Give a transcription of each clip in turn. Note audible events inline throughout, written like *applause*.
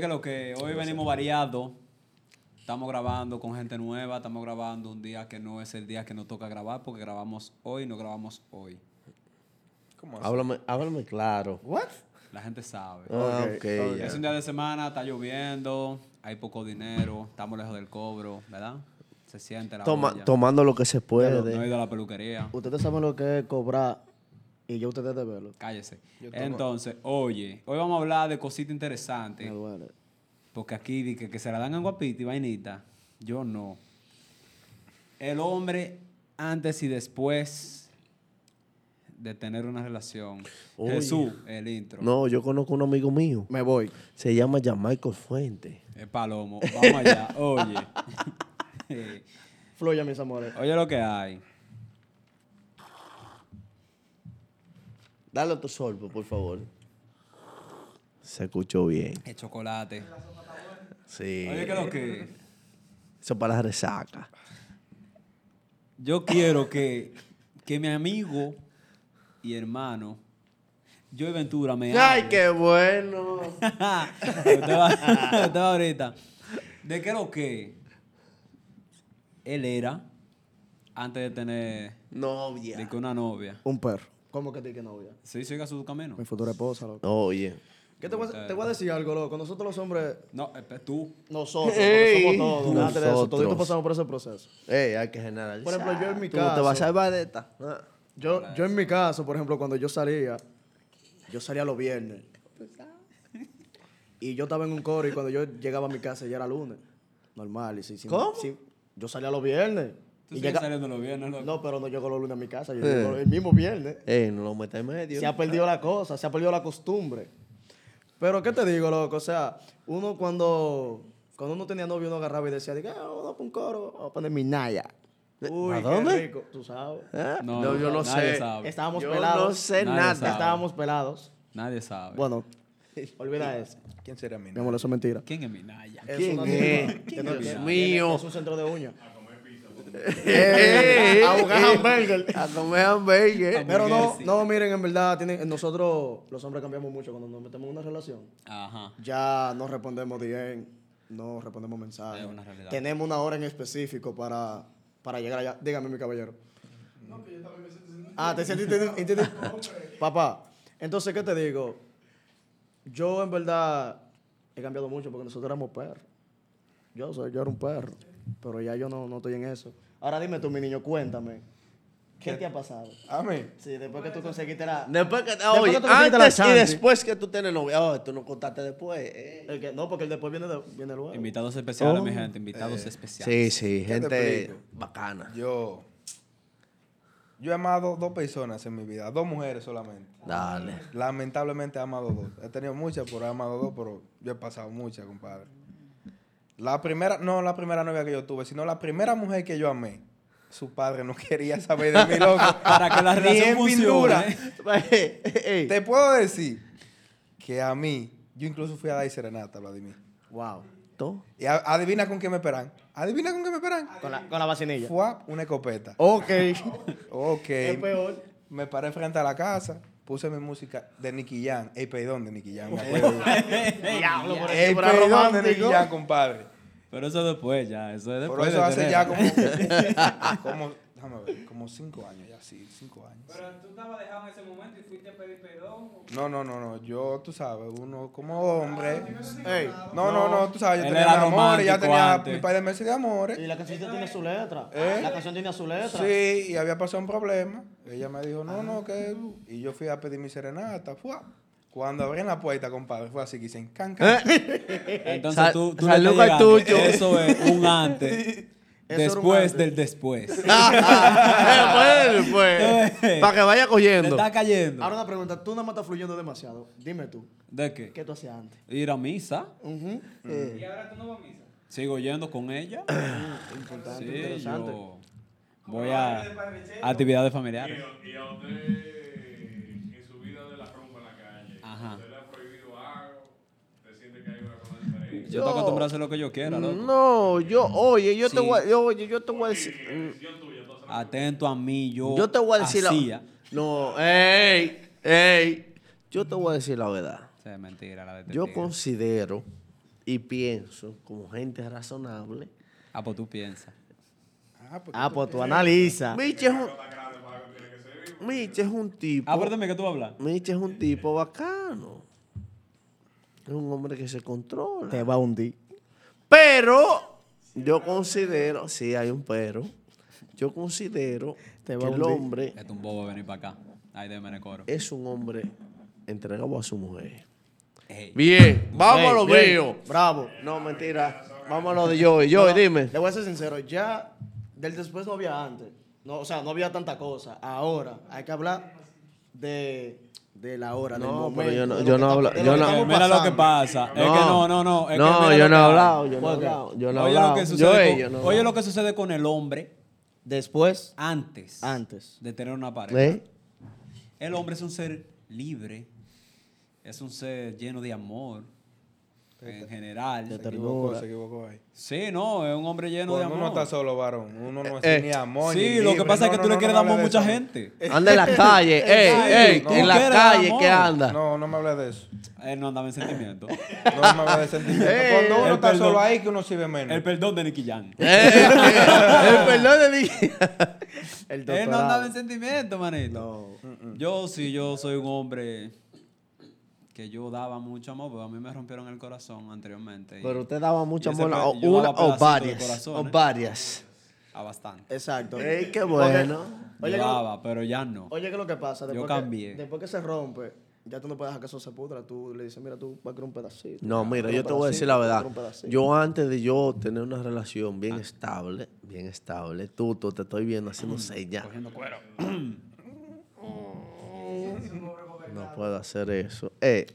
que lo que hoy venimos variado. Estamos grabando con gente nueva, estamos grabando un día que no es el día que nos toca grabar porque grabamos hoy, no grabamos hoy. ¿Cómo así? Háblame, háblame claro. What? La gente sabe. Ah, ok. Ok, ok. ya. Es un día de semana, está lloviendo, hay poco dinero, estamos lejos del cobro, ¿verdad? Se siente la Toma- olla. tomando lo que se No he puede. ido a la peluquería. Ustedes saben lo que es cobrar y yo ustedes de verlo. Cállese. Entonces, oye, hoy vamos a hablar de cositas interesantes. Me duele. Porque aquí di que, que se la dan a guapito y vainita. Yo no. El hombre antes y después de tener una relación. Oye. Jesús, el intro. No, yo conozco un amigo mío. Me voy. Se llama Jamaico Fuente. Es palomo. Vamos allá. Oye. *laughs* Fluya, mis amores. Oye lo que hay. Dale tu sorbo, por favor. Se escuchó bien. El chocolate. Sí. Oye, que lo que. Eso para la resaca. Yo quiero que, que mi amigo y hermano, Joey Ventura, me hable. bueno! estaba, *laughs* estaba ahorita. De que lo que él era antes de tener Novia. de que una novia. Un perro. ¿Cómo que te que novia? Sí, siga su camino. Mi futura esposa, loco. Oye. ¿Qué te voy, a, te voy a decir algo, loco? Nosotros los hombres, No, espe- tú. nosotros, Ey. porque somos todos. Antes de eso, Nosotros. toditos pasamos por ese proceso. Ey, hay que generar. Por ejemplo, yo en mi ¿Tú no te caso- vas a salvar de esta? Ah. Yo, yo en mi caso, por ejemplo, cuando yo salía, yo salía los viernes. Y yo estaba en un coro y cuando yo llegaba a mi casa ya era lunes. Normal. Y si, si- ¿Cómo? si- yo salía los viernes. Tú Y sigues llega- saliendo los viernes, loco. no, pero no llego los lunes a mi casa. Yo Eh. llego el mismo viernes. Ey, Eh, no lo metas en medio. Se ha perdido la cosa, se ha perdido la costumbre. Pero, ¿qué te digo, loco? O sea, uno cuando, cuando uno tenía novio, uno agarraba y decía, diga, ah, vamos a un coro, vamos a poner mi naya. ¿Eh? Uy, ¿A qué dónde? rico, tú sabes. Ah, No, No, no, yo no nadie sé. sabe. Estábamos Yo pelados. no sé Nadie nada. sabe. Estábamos pelados. Nadie sabe. Bueno, *laughs* olvida eso. ¿Quién será mi Mi amor, eso es mentira. ¿Quién es Minaya? ¿Quién una es? tipa que ¿Quién no es? tiene- Mío. Es un centro de uña. Ey, A buscar ey. hamburger. Eh, A comer hamburger. Pero no, Hamburguesa. no, miren, en verdad, tienen- nosotros los hombres cambiamos mucho cuando nos metemos en una relación. Ajá. Ya no respondemos bien, no respondemos mensajes. Es una realidad. Tenemos una hora en específico para, para llegar allá. Dígame, mi caballero. No, que yo también me siento. Ah, te sientes. inte- *laughs* Papá, entonces, ¿qué te digo? Yo, en verdad, he cambiado mucho porque nosotros éramos perros. Yo, soy, yo era un perro, pero ya yo no, no estoy en eso. Ahora dime tú, mi niño, cuéntame. ¿Qué, te ha pasado? A mí. Sí, después que tú conseguiste la... Después que, que oye, tú te sientas la antes y chanti. después que tú tienes novia. Oh, tú no contaste después. eh. el que- no, porque el después viene, de- viene luego. Invitados especiales, Oh, mi gente. eh, Invitados especiales. Sí, sí, ¿Qué te gente explico? bacana. Yo. Yo he amado dos personas en mi vida, dos mujeres solamente. *laughs* Dale. Lamentablemente he amado dos. He tenido muchas, pero he amado dos, pero yo he pasado muchas, compadre. La primera, no la primera novia que yo tuve, sino la primera mujer que yo amé. Su padre no *laughs* quería saber de mí, loco. Para que la Ni relación en funcione, pintura. ¿eh? Ey, ey. *laughs* Te puedo decir que a mí, yo incluso fui a dar serenata, Vladimir. Wow. ¿Tú? Y a- adivina con qué me esperan. Adivina con qué me esperan. Con la, con la vacinilla. Fue una escopeta. Ok. Ok. Es peor. Me paré frente a la casa, puse mi música de Nicky Jam. Ey, perdón, de Nicky Jam, me acuerdo. Diablo, por Ey, eso por perdón de Nicky romántico. Jam, compadre. *laughs* Pero eso después ya. Eso es después. Por eso de hace tener. *laughs* ya como, *laughs* como, déjame ver, como cinco años ya, sí, cinco años. Pero tú estabas dejado en ese momento y fuiste a pedir perdón. o- No, no, no, no, yo, tú sabes, uno como hombre. Ey, No, no, no, tú sabes, yo Él tenía era mi amor, ya romántico tenía antes. mi par de meses de amores. Y la canción ya tiene su letra. ¿Eh? La canción tiene su letra. Sí, y había pasado un problema. Ella me dijo, no, no, que... Ah. Y yo fui a pedir mi serenata, fue. Cuando abren la puerta, compadre, fue así que dicen, can, Eh, can. Entonces Sal- tú, tú salió le estás con el llegando. tuyo. Eso es un *laughs* antes. era un después antes. del después. Eh, después, después. Para pues, que vaya Te cogiendo. Eh. está cayendo. Ahora una pregunta. Tú nada más estás fluyendo demasiado. Dime tú. ¿De qué? ¿Qué tú hacías antes? Eh, Ir a misa. Ujú. Y ahora tú no vas a misa. Sigo yendo con ella. Importante, sí, interesante. Mm, yo voy a actividades familiares. Y, y a usted, eh, en su vida de la rompa en la calle, Ajá. ¿usted le ha prohibido algo? ¿Usted siente que hay una cosa diferente? Yo estoy acostumbrado a hacer lo que yo quiera, loco. No, yo, oye, yo te Sí. voy a, yo, oye, yo te voy a Y decir. mm, es decisión tuya, entonces, no Atento a mí, yo. Yo te voy a decir hacía. la. No, ey, ey. Yo te voy a decir la verdad. Sí, es mentira la de este Yo tigre. considero y pienso, como gente razonable, Ah, pues tú piensas. Ah, pues, Ah, pues tú analiza. Mitch es un, Mitch es un tipo. Ah, Acuérdame que tú hablas. Mitch es un tipo bacano. Es un hombre que se controla. Te va a hundir. Pero yo considero, sí, hay un pero. Yo considero Te que va a el hundir. hombre Es un bobo a venir para acá. Ahí déjame en el coro. es un hombre entregado a su mujer. Ey. Bien, vamos a lo Bien, mío. bien. Bravo. No, mentira. Vamos a lo de Joey. Joey, No, dime. Le voy a ser sincero, ya del después no había antes. No, o sea, no había tanta cosa. Ahora hay que hablar de, de la hora, del No, momento. pero yo no- de lo yo que no está- hablo- de lo yo que no- estamos Eh, mira lo que pasando. pasa. Es que no, no, no. Es que mira no, yo lo no he que- hablado. Yo no he ¿Por qué? hablado. Yo no he Oye lo, hablado. que sucede Joey, con, yo no he oye hablado. lo que sucede con el hombre Después, antes, Antes. de tener una pareja. ¿Eh? El hombre es un ser libre, es un ser lleno de amor en de general. se equivocó, ternura. se equivocó ahí. Sí, no, es un hombre lleno de Bueno, uno no amor. está solo, varón. Uno no es Eh, ni amor. sí, ni lo que libre. pasa es No, que no, tú no, le no quieres me dar amor a hables de mucha eso. gente. Anda *laughs* en la calle. ey, ey, no. en la Mujeres, calle, amor. ¿qué anda? No, no me hables de eso. Él no andaba en *laughs* sentimiento. No me hables de sentimiento. Cuando uno el está solo perdón. ahí, que uno sí ve menos. el perdón de Nicky Jan. *laughs* Eh, el perdón de mí. el Él no andaba doctorado. en sentimiento, manito. No. Yo sí, yo soy un hombre que yo daba mucho amor, pero a mí me rompieron el corazón anteriormente. y- Pero usted daba mucha Y ese amor a pe- yo una daba o pedacito de varias. corazón, O ¿eh? varias. a bastante. Exacto. Ey, qué bueno. Oye, Yo que- daba, pero ya no. Oye, ¿qué es lo que pasa? Yo Después cambié. Que, después que se rompe, ya tú no puedes dejar que eso se pudra. Tú le dices, mira, tú vas a querer un pedacito. No, mira, yo te voy a decir la verdad. Yo antes de yo tener una relación Ah. bien estable, bien estable, tú, tú te estoy viendo Mm. haciendo señas. Cogiendo cuero. *clears throat* No puedo hacer eso. Eh,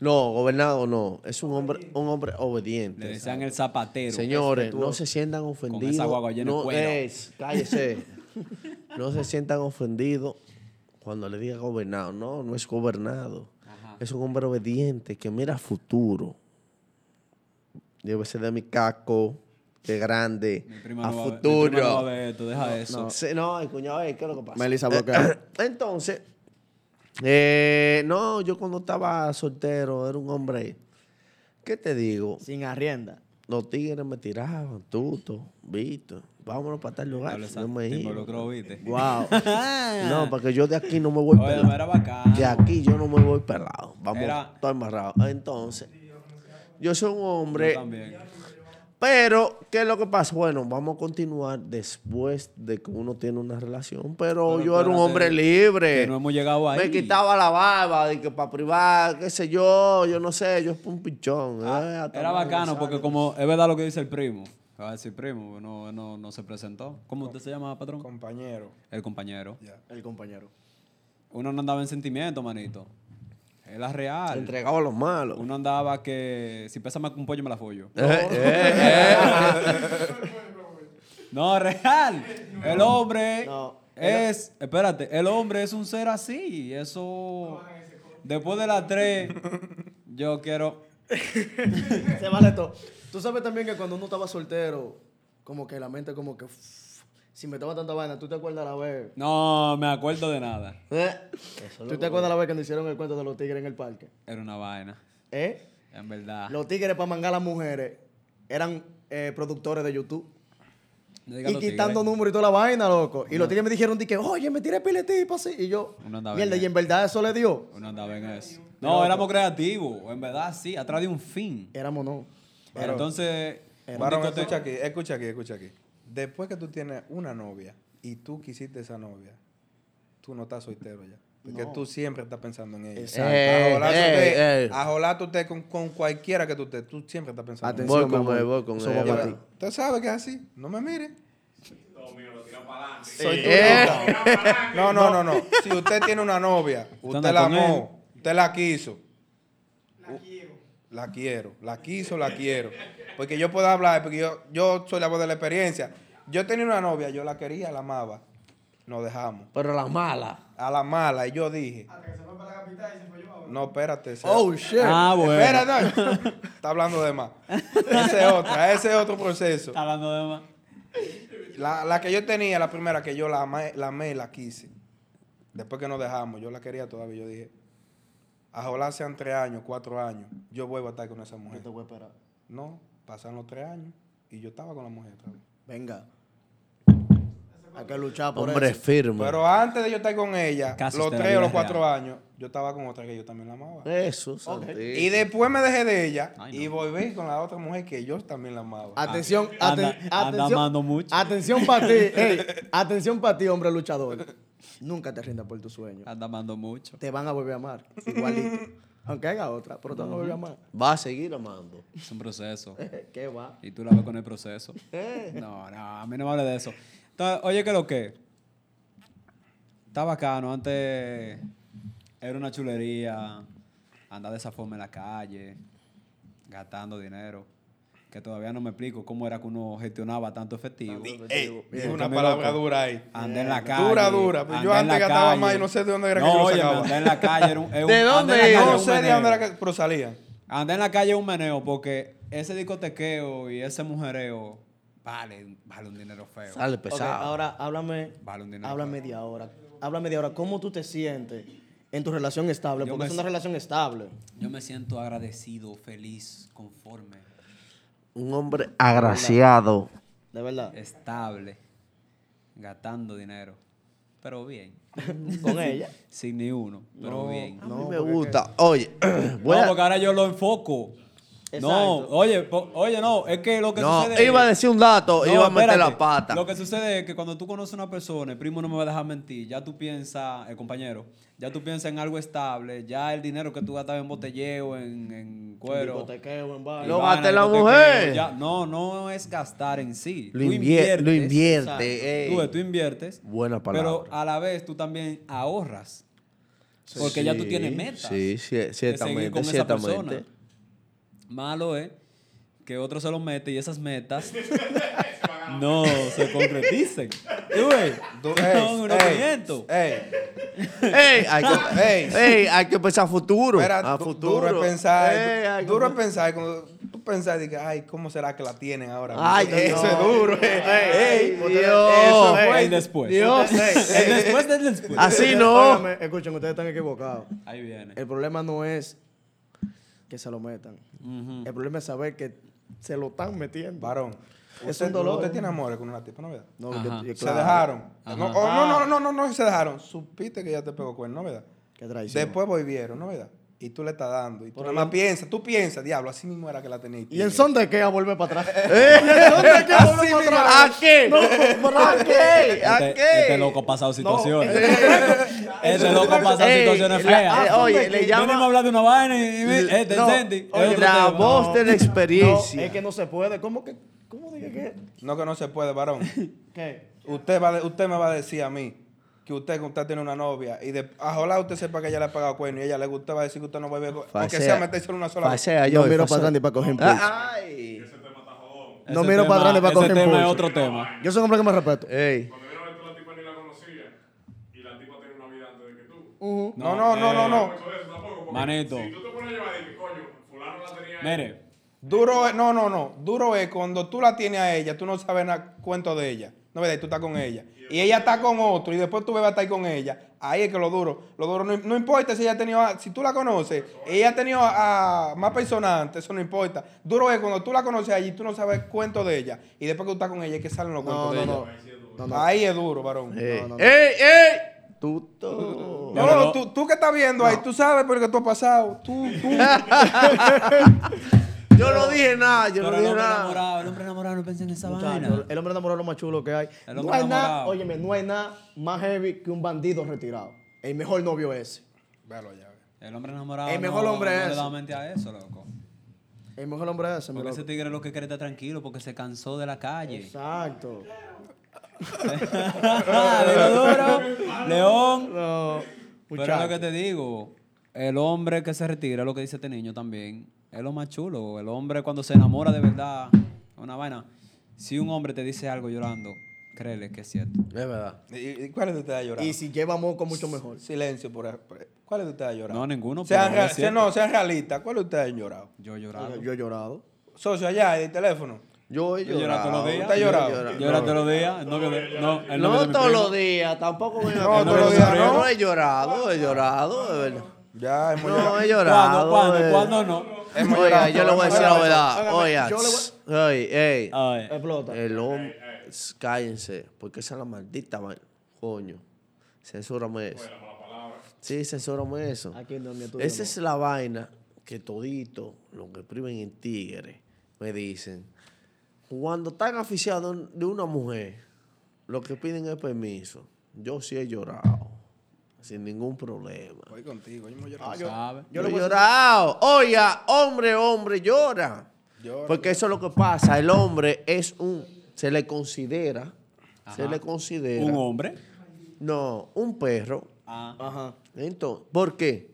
no, gobernado no. Es un hombre, un hombre Le obediente. decían el zapatero. Señores, no se sientan este esa ofendidos. guagua llena de No, cuero. es, cállese. *laughs* no se sientan ofendidos cuando le diga gobernado. No, no es gobernado. Ajá. Es un hombre obediente que mira a futuro. Llévese de mi caco, de grande, Mi prima a no va ver- mi prima futuro. no va a ver esto, deja eso. No, sí, no, ay, cuñado, ey, ¿qué es lo que pasa? Melissa bloquea. *coughs* Entonces, eh, no, yo cuando estaba soltero era un hombre, ¿qué te digo? Sin arrienda. Los tigres me tiraban, tuto, visto, vámonos para tal lugar. Pablo No Sanz, me te iba. involucró, ¿viste? *laughs* Wow. No, porque yo de aquí no me voy Oye, pelado. era bacano. De aquí yo no me voy pelado. Vamos, Era- estoy amarrado. Entonces, yo soy un hombre Yo también. Pero, ¿qué es lo que pasa? Bueno, vamos a continuar después de que uno tiene una relación. Pero, Pero yo era un espérate, hombre libre. que no hemos llegado ahí. Me quitaba la barba, de que para privar, qué sé yo, yo no sé, yo es un pichón. eh, hasta Ah, Era me bacano besaba. porque como es verdad lo que dice el primo. Va a decir primo, no, no, no se presentó. ¿Cómo usted se llama, patrón? Compañero. El compañero. El compañero. Uno no andaba en sentimiento, manito. Es la real. entregaba a los malos. Uno andaba que si pesa más que un pollo me la follo. Eh, eh, eh. No, real. El hombre No. es, espérate, el hombre es un ser así. Eso, después de las tres, yo quiero... Se vale todo. Tú sabes también que cuando uno estaba soltero, como que la mente como que... uff, si me estaba tanta vaina, ¿tú te acuerdas la vez? ¿Eh? No, me acuerdo de nada. ¿Tú te acuerdas la vez que nos hicieron el cuento de los tigres en el parque? Era una vaina, ¿Eh? en verdad. Los tigres para mangar a las mujeres eran eh, productores de YouTube. No digas Y los tigres. quitando números y toda la vaina, loco. Y los tigres me dijeron, di que, oye, me tiré pile tipo así. Y yo, Uno andaba mierda, bien. y en verdad eso le dio. Uno andaba en eso. No, éramos creativos, en verdad, sí, atrás de un fin. Éramos no. Pero- Entonces, un Varón, discote- escucha aquí, escucha aquí, escucha aquí. Después que tú tienes una novia y tú quisiste esa novia, tú no estás soltero ya. Porque tú siempre estás pensando en ella. Exacto. Eh, a jolar tú eh, te- eh. a jolar tú te con, con cualquiera que tú estés, tú siempre estás pensando en ella. Voy mi con amor. él, voy con Eso él, va voy para con ti. él. Usted sabe que es así. No me mire. Eh. Soy turista. No, no, no, no. si usted tiene una novia, usted andas la con amó, usted la quiso. La quiero. La quiso, la quiero. Porque yo puedo hablar, porque yo, yo soy la voz de la experiencia. Yo tenía una novia, yo la quería, la amaba. Nos dejamos. Pero la mala. A la mala, y yo dije. No, espérate. ese- Oh, shit. Ah, bueno. Espera, no. Está hablando de más. Ese es otra, ese es otro proceso. Está hablando de más. La, la que yo tenía, la primera que yo la amé, la amé y la quise. Después que nos dejamos, yo la quería todavía. Yo dije, a jolar sean tres años, cuatro años, yo vuelvo a estar con esa Yo mujer. te voy a esperar. No, pasaron los tres años y yo estaba con la mujer otra vez. Venga. Hay que luchar por Hombre eso. firme. Pero antes de yo estar con ella, Casos los de la tres o vida los cuatro real. años, yo estaba con otra que yo también la amaba. Eso, Santiago. Y después me dejé de ella Ay, no. y volví con la otra mujer que yo también la amaba. Atención, Anda- aten- anda amando atención. mucho. Atención *laughs* para ti, ey, atención para ti, hombre luchador. Nunca te rindas por tu sueño. Anda amando mucho. Te van a volver a amar, igualito. Aunque haga otra, pero te van a volver a amar. Va a seguir amando. Es un proceso. *laughs* ¿Qué va? Y tú la ves con el proceso. Eh, No, no, a mí no me hables de eso. Entonces, oye, ¿qué es lo que? Está bacano. Antes era una chulería. Andar de esa forma en la calle. Gastando dinero. Que todavía no me explico cómo era que uno gestionaba tanto efectivo. Ey, Bien, es una está muy palabra loco. dura ahí. Andé en la Dura, calle. dura, pues andé en yo la antes gastaba calle. más y no sé de dónde era que No, yo lo óyeme, sacaba. andé en la calle. Era un, *laughs* es un- ¿De andé en la dónde calle era? era No un sé de dónde meneo. era que- pero salía. Andar en la calle es un meneo porque ese discotequeo y ese mujereo vale, vale un dinero feo. Sale Ok, pesado. ahora háblame, Vale un dinero. háblame de ahora. Háblame de ahora, ¿cómo tú te sientes en tu relación estable? Yo Porque me es una si- relación estable. Yo me siento agradecido, feliz, conforme, Un hombre agraciado. De verdad. Eh, estable, gastando dinero. Pero bien. *laughs* Con ella. Sin ni uno, pero bien. A mí me gusta. *clears throat* Oye, voy no, a- porque ahora yo lo enfoco. No, Exacto. oye, po- oye, no, es que lo que No, sucede. iba a es- decir un dato, No, iba a meter espérate. la pata. Lo que sucede es que cuando tú conoces a una persona, el primo no me va a dejar mentir, ya tú piensas, el compañero, ya tú piensas en algo estable, ya el dinero que tú gastabas en botelleo, en, en cuero. Discotequeo en y baile. Lo vaina, gasta la discotequeo, mujer. ya- no, no es gastar en sí. Lo Tú invier- lo exacto. invierte. ey. Tú, ves, tú inviertes, Buena palabra. pero a la vez tú también ahorras. Porque ya tú tienes metas. Sí, sí, de seguir ciertamente, con esa persona. ciertamente. Malo es que otro se lo mete y esas metas *laughs* no se concreticen. ¿Tú ves? *laughs* Du- Son unos ey, pimientos. ey, Ey, hay que, Ey. ey, hay que pensar futuro. Espera, a du- futuro. Duro es pensar. Ey, hay que- duro es pensar. Cuando tú pensás, dices, ay, ¿cómo será que la tienen ahora? Ay, eso no. es duro. eh. Ey, Ey, Dios. eso fue- el después. Dios. El *laughs* después del después. Así no. Óigame, escuchen, ustedes están equivocados. Ahí viene. El problema no es que se lo metan. Ujú. El problema es saber que se lo están metiendo. Varón. Es usted- un dolor. Usted tiene amores con una tipa, ¿no verdad? No, Ajá. yo- yo- Se claro. dejaron. Ajá. No, oh, no, Ah. no, no, no, no, se dejaron. Supiste que ya te pegó con él, ¿no verdad? Qué traición. Después volvieron, ¿no verdad? Y tú le estás dando. Y tú Por nada el- más piensas, tú piensas, diablo, así mismo era que la tenías. ¿Y en son de qué a volver para atrás? ¿Y en son de qué a volver para atrás? ¿A qué? *laughs* ¿A qué? ¿A Este, qué? este loco ha pasado *laughs* situaciones. Este Eso loco ha pasado Ey, situaciones la- feas. eh, oye, le Venimos llama- a hablar de una vaina y, y- eh, te No, entendí. Es oye, otro la tema. voz de la No, experiencia. es que no se puede. ¿Cómo que? ¿Cómo dije que? No que no se puede, varón. ¿Qué? Usted, va a de- usted me va a decir a mí que usted, que usted tiene una novia y de, ojalá usted sepa que ella le ha pagado cuerno y ella le gusta, va a decir que usted no va a ver, aunque sea meterse en una sola vez. Facea, Eh, yo. ah. No Ah, miro para facea. atrás ni para coger impulso. Ay. Ese No miro para tema- atrás ni para coger Ese tema es impulso. otro tema. Yo soy un hombre que me respeto. Ey. Cuando vino a ver tú, la tipa ni la conocía. Y la tipa tenía una vida antes de que tú. No, no, Uh, no, no, no. Eso es, tampoco, porque Manito. Si tú te pones a llevar y que coño, fulano la tenía. Mire, Duro es, no, no, no. Duro es cuando tú la tienes a ella, tú no sabes nada cuento de ella. No ves, tú estás con ella. Y ella está con otro y después tú ves a estar con ella. Ahí es que lo duro. Lo duro no, no importa si ella ha tenido, a- si tú la conoces, ella ha tenido a, a más personas antes, eso no importa. Duro es cuando tú la conoces allí y tú no sabes cuento de ella. Y después que tú estás con ella es que salen los No, cuentos de no, ella. no. No, no. Ahí es duro, varón. Ey, no, no. ey, ey. Tuto. No, Pero no, no- tú, tú que estás viendo ahí, tú sabes por lo que tú has pasado. Tú, *laughs* tú. Yo no dije nada, yo pero no el dije hombre nada. enamorado, el hombre enamorado no piensa en esa Muchachos, vaina. el hombre enamorado es lo más chulo que hay. El No hombre hay nada, enamorado. óyeme, no hay nada más heavy que un bandido retirado. El mejor novio ese. Véalo ya. ve. El hombre enamorado. El mejor no- hombre no es le da ese. mente a eso, loco. El mejor hombre ese, mi Porque ese loco. tigre lo que quiere está tranquilo porque se cansó de la calle. Exacto. *laughs* Dilo Ah, duro, León. Pero No, es lo que muchacho. te digo, el hombre que se retira, lo que dice este niño también, es lo más chulo. El hombre cuando se enamora de verdad, es una vaina. Si un hombre te dice algo llorando, créele que es cierto. Es verdad. ¿Y, y cuál es de ustedes ha llorado? Y si lleva moco, mucho mejor. Silencio, por ejemplo. ¿Cuál de ustedes ha llorado? No, ninguno, Sean pero real- es cierto. no, sean realistas. ¿Cuál de ustedes han llorado? Yo he llorado. Yo he llorado. Socio, allá, en el teléfono. Yo he Yo he llorado llorado. todos los días. ¿Usted ha llorado? Yo he Yo era todos los días, el novio de- no, el novio de No mi todos primo. los días, tampoco me No, el novio todos los de días, mi primo. ¿no? he llorado, he llorado, de verdad. Ya, hemos No, llorado. Pues ¿Cuándo, he llorado. cuándo, eh. cuándo no? Hemos Oiga, llorado yo le voy a todos, decir la hemos verdad. Hágame, Oiga, yo le voy- tss, oye, ey, Ay, Explota. el hombre, tss, cállense, porque esa es la maldita vaina. Coño, censúrame eso. Sí, censúrame eso. Aquí no, mi estudio Esa no. es la vaina que todito, los que priven en tigre, me dicen. Cuando están aficiados de una mujer, lo que piden es permiso. Yo sí he llorado, sin ningún problema. Voy contigo, yo hemos Ah, llorado. yo, sabe. yo Yo, le he voy a decir- llorado. Oiga, hombre, hombre, llora. Llora. Porque eso es lo que pasa. El hombre es un. Se le considera. Se Ajá. le considera. un hombre. No, un perro. Ah. Ajá. Entonces, ¿por qué?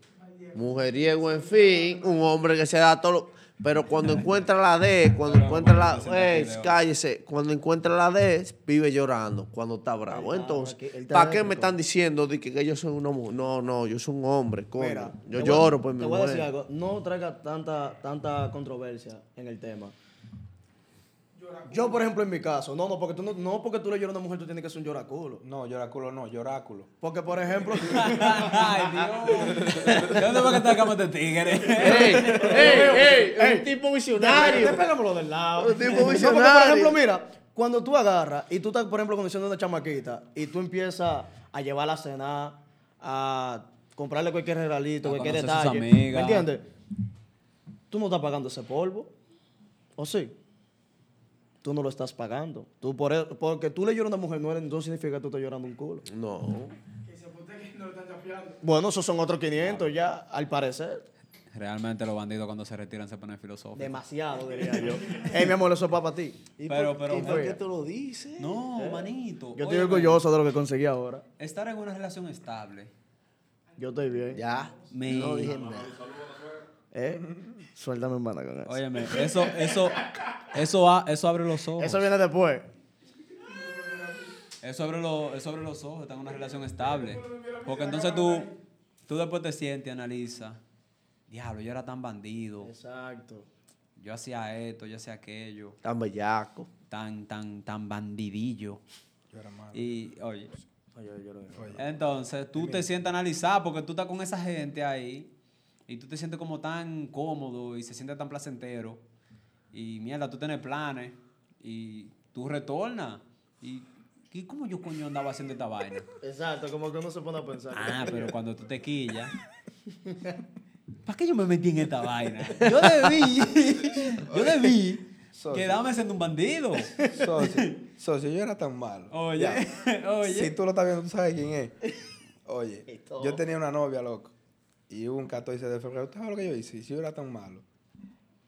Mujeriego, en fin, un hombre que se da todo lo- Pero cuando encuentra la D, cuando encuentra la... Ey, cállese. Cuando encuentra la D, vive llorando cuando está bravo. Ah, Entonces, aquí, él está ¿para qué eléctrico. me están diciendo de que, que yo soy una mujer? No, no, yo soy un hombre, coño. Mira, yo te voy a- lloro pues, por mi Te voy a decir mujer. algo. No traiga tanta, tanta controversia en el tema. Yo, por ejemplo, en mi caso, no, no, porque tú, no, no porque tú le lloras a una mujer, tú tienes que ser un lloraculo. No, lloráculo no, lloráculo. Porque, por *laughs* ejemplo, *laughs* Ay, Dios. ¿De dónde va que está cama de *laughs* tigre? ¡Ey, ey, ey! Un tipo visionario. Despégamelo del lado. Un tipo No, porque, por visionario. ejemplo, mira, cuando tú agarras y tú estás, por ejemplo, conociendo a una chamaquita y tú empiezas a llevarla a cenar, a comprarle cualquier regalito, A cualquier conocer sus detalle. ¿Me amigas. entiendes? Tú no estás pagando ese polvo. ¿O sí? Tú no lo estás pagando. Tú por e- porque tú le lloras a una mujer no, eres- no significa que tú estás llorando un culo. No. Bueno, esos son otros 500 ya, al parecer. Realmente los bandidos cuando se retiran se ponen filosóficos. Demasiado, diría yo. Ey, mi amor, eso es para ti. ¿Y Pero- por, pero- ¿y por qué tú lo dices? No, manito. Eh, Yo estoy óyeme, orgulloso de lo que conseguí ahora. Estar en una relación estable. Yo estoy bien. Ya. Me- No dije nada. ¿Eh? Suéltame en banda con eso. Óyeme, eso, eso, eso, a- eso abre los ojos. eso viene después. Eso abre, lo- eso abre los ojos, está en una relación estable. Porque entonces tú, tú después te sientes, analizas. Diablo, yo era tan bandido. Exacto. Yo hacía esto, yo hacía aquello. Tan bellaco. Tan, tan, tan bandidillo. Yo era malo. Y, oye, Oye, yo lo veo. entonces tú te sientes analizado porque tú estás con esa gente ahí. Y tú te sientes como tan cómodo y se siente tan placentero. Y mierda, tú tienes planes. Y tú retornas. Y, ¿y cómo yo coño andaba haciendo esta vaina? Exacto, como que uno se pone a pensar. Ah, pero cuando tú te quillas. ¿Para qué yo me metí en esta vaina? Yo debí, yo debí Socio. quedarme siendo un bandido. Socio, socio, yo era tan malo. Oye, Ya. Si *laughs* oye. tú lo estás viendo, tú sabes quién es. Oye, yo tenía una novia, loco. Y hubo un 14 de febrero. ¿Tú sabes lo que yo hice? Si yo era tan malo.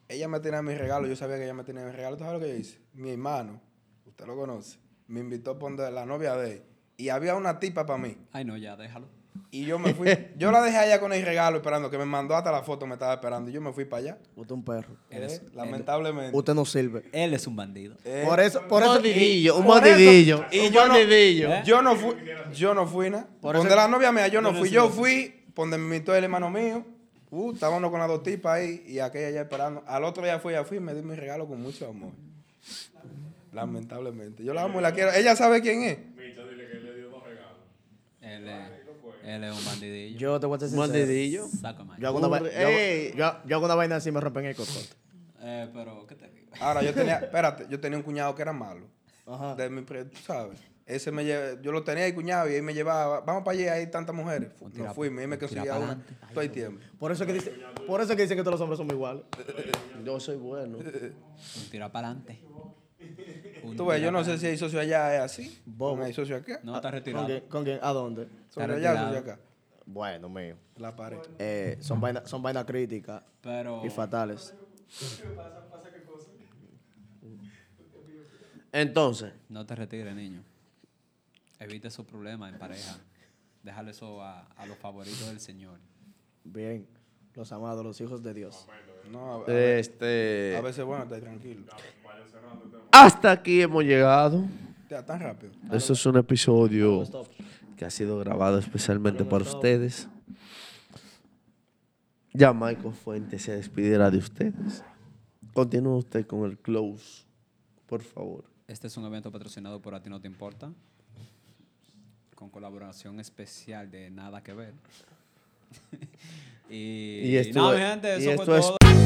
Ella me tenía mis regalos. Yo sabía que ella me tenía mis regalos. ¿Tú sabes lo que yo hice? Mi hermano, usted lo conoce, me invitó a poner la novia de él. Y había una tipa para mí. Ay, no, ya, déjalo. Y yo *laughs* me fui. Yo la dejé allá con el regalo esperando, que me mandó hasta la foto, me estaba esperando. Y yo me fui para allá. Usted es un perro. Eres- Eh, lamentablemente. Usted no sirve. Él es un bandido. Eh, por eso, por un eso. mordidillo, un por eso- mordidillo. y Y yo yo no- mordidillo. e- ¿Eh? Yo no fui, yo no fui nada. Por Donde eso- la novia mía, yo no yo no fui. sé Yo eso. fui, donde me invitó el hermano mío. Uh, estábamos con las dos tipas ahí y aquella ya esperando. Al otro día fui, ya fui y me di mi regalo con mucho amor. Lamentablemente. Yo la amo y la quiero. Ella sabe quién es. Micha, dile que él le dio dos regalos. Él es, él es un bandidillo. Yo te voy a ser Un sincero. mordidillo. Saco más. Yo hago, una Hombre, vaina, yo, hago- ey. yo hago- yo hago una vaina así y me rompen el cocote. Eh, pero, ¿qué te digo? *laughs* Ahora, yo tenía, espérate, yo tenía un cuñado que era malo. Ajá. De mi, pre- tú sabes. Ese me lle- yo lo tenía el cuñado y él me llevaba, vamos para allá, hay tantas mujeres. Un tira- Nos fuimos, él me un tira conseguía una pa'lante. todo el tiempo. Por eso, que dice, por eso que dicen que todos los hombres somos iguales. Yo soy bueno. Un tira para adelante. Tú ves, yo no sé si hay socio allá es así. Bobo. No hay socio acá. No, está ¿Con retirado. quién? ¿Con quién? ¿A dónde? Está Socio allá, retirado. socio acá. Bueno, mío. La pared. Eh, son vainas son vaina críticas Pero, y fatales. Entonces, no te retires, niño. Evite esos problemas en pareja. Déjale eso a, a los favoritos del Señor. Bien. Los amados, los hijos de Dios. No, Eh, a- a ver. A este. veces bueno, está tranquilo. Hasta aquí hemos llegado. Ya, tan rápido. Esto es un episodio Stop. que ha sido grabado especialmente para ustedes. Ya Michael Fuentes se despidirá de ustedes. Continúa usted con el close, por favor. Este es un evento patrocinado por A ti no te importa, con colaboración especial de Nada que ver. *laughs* y, Y esto nada, es- mi gente, y eso esto fue es- todo.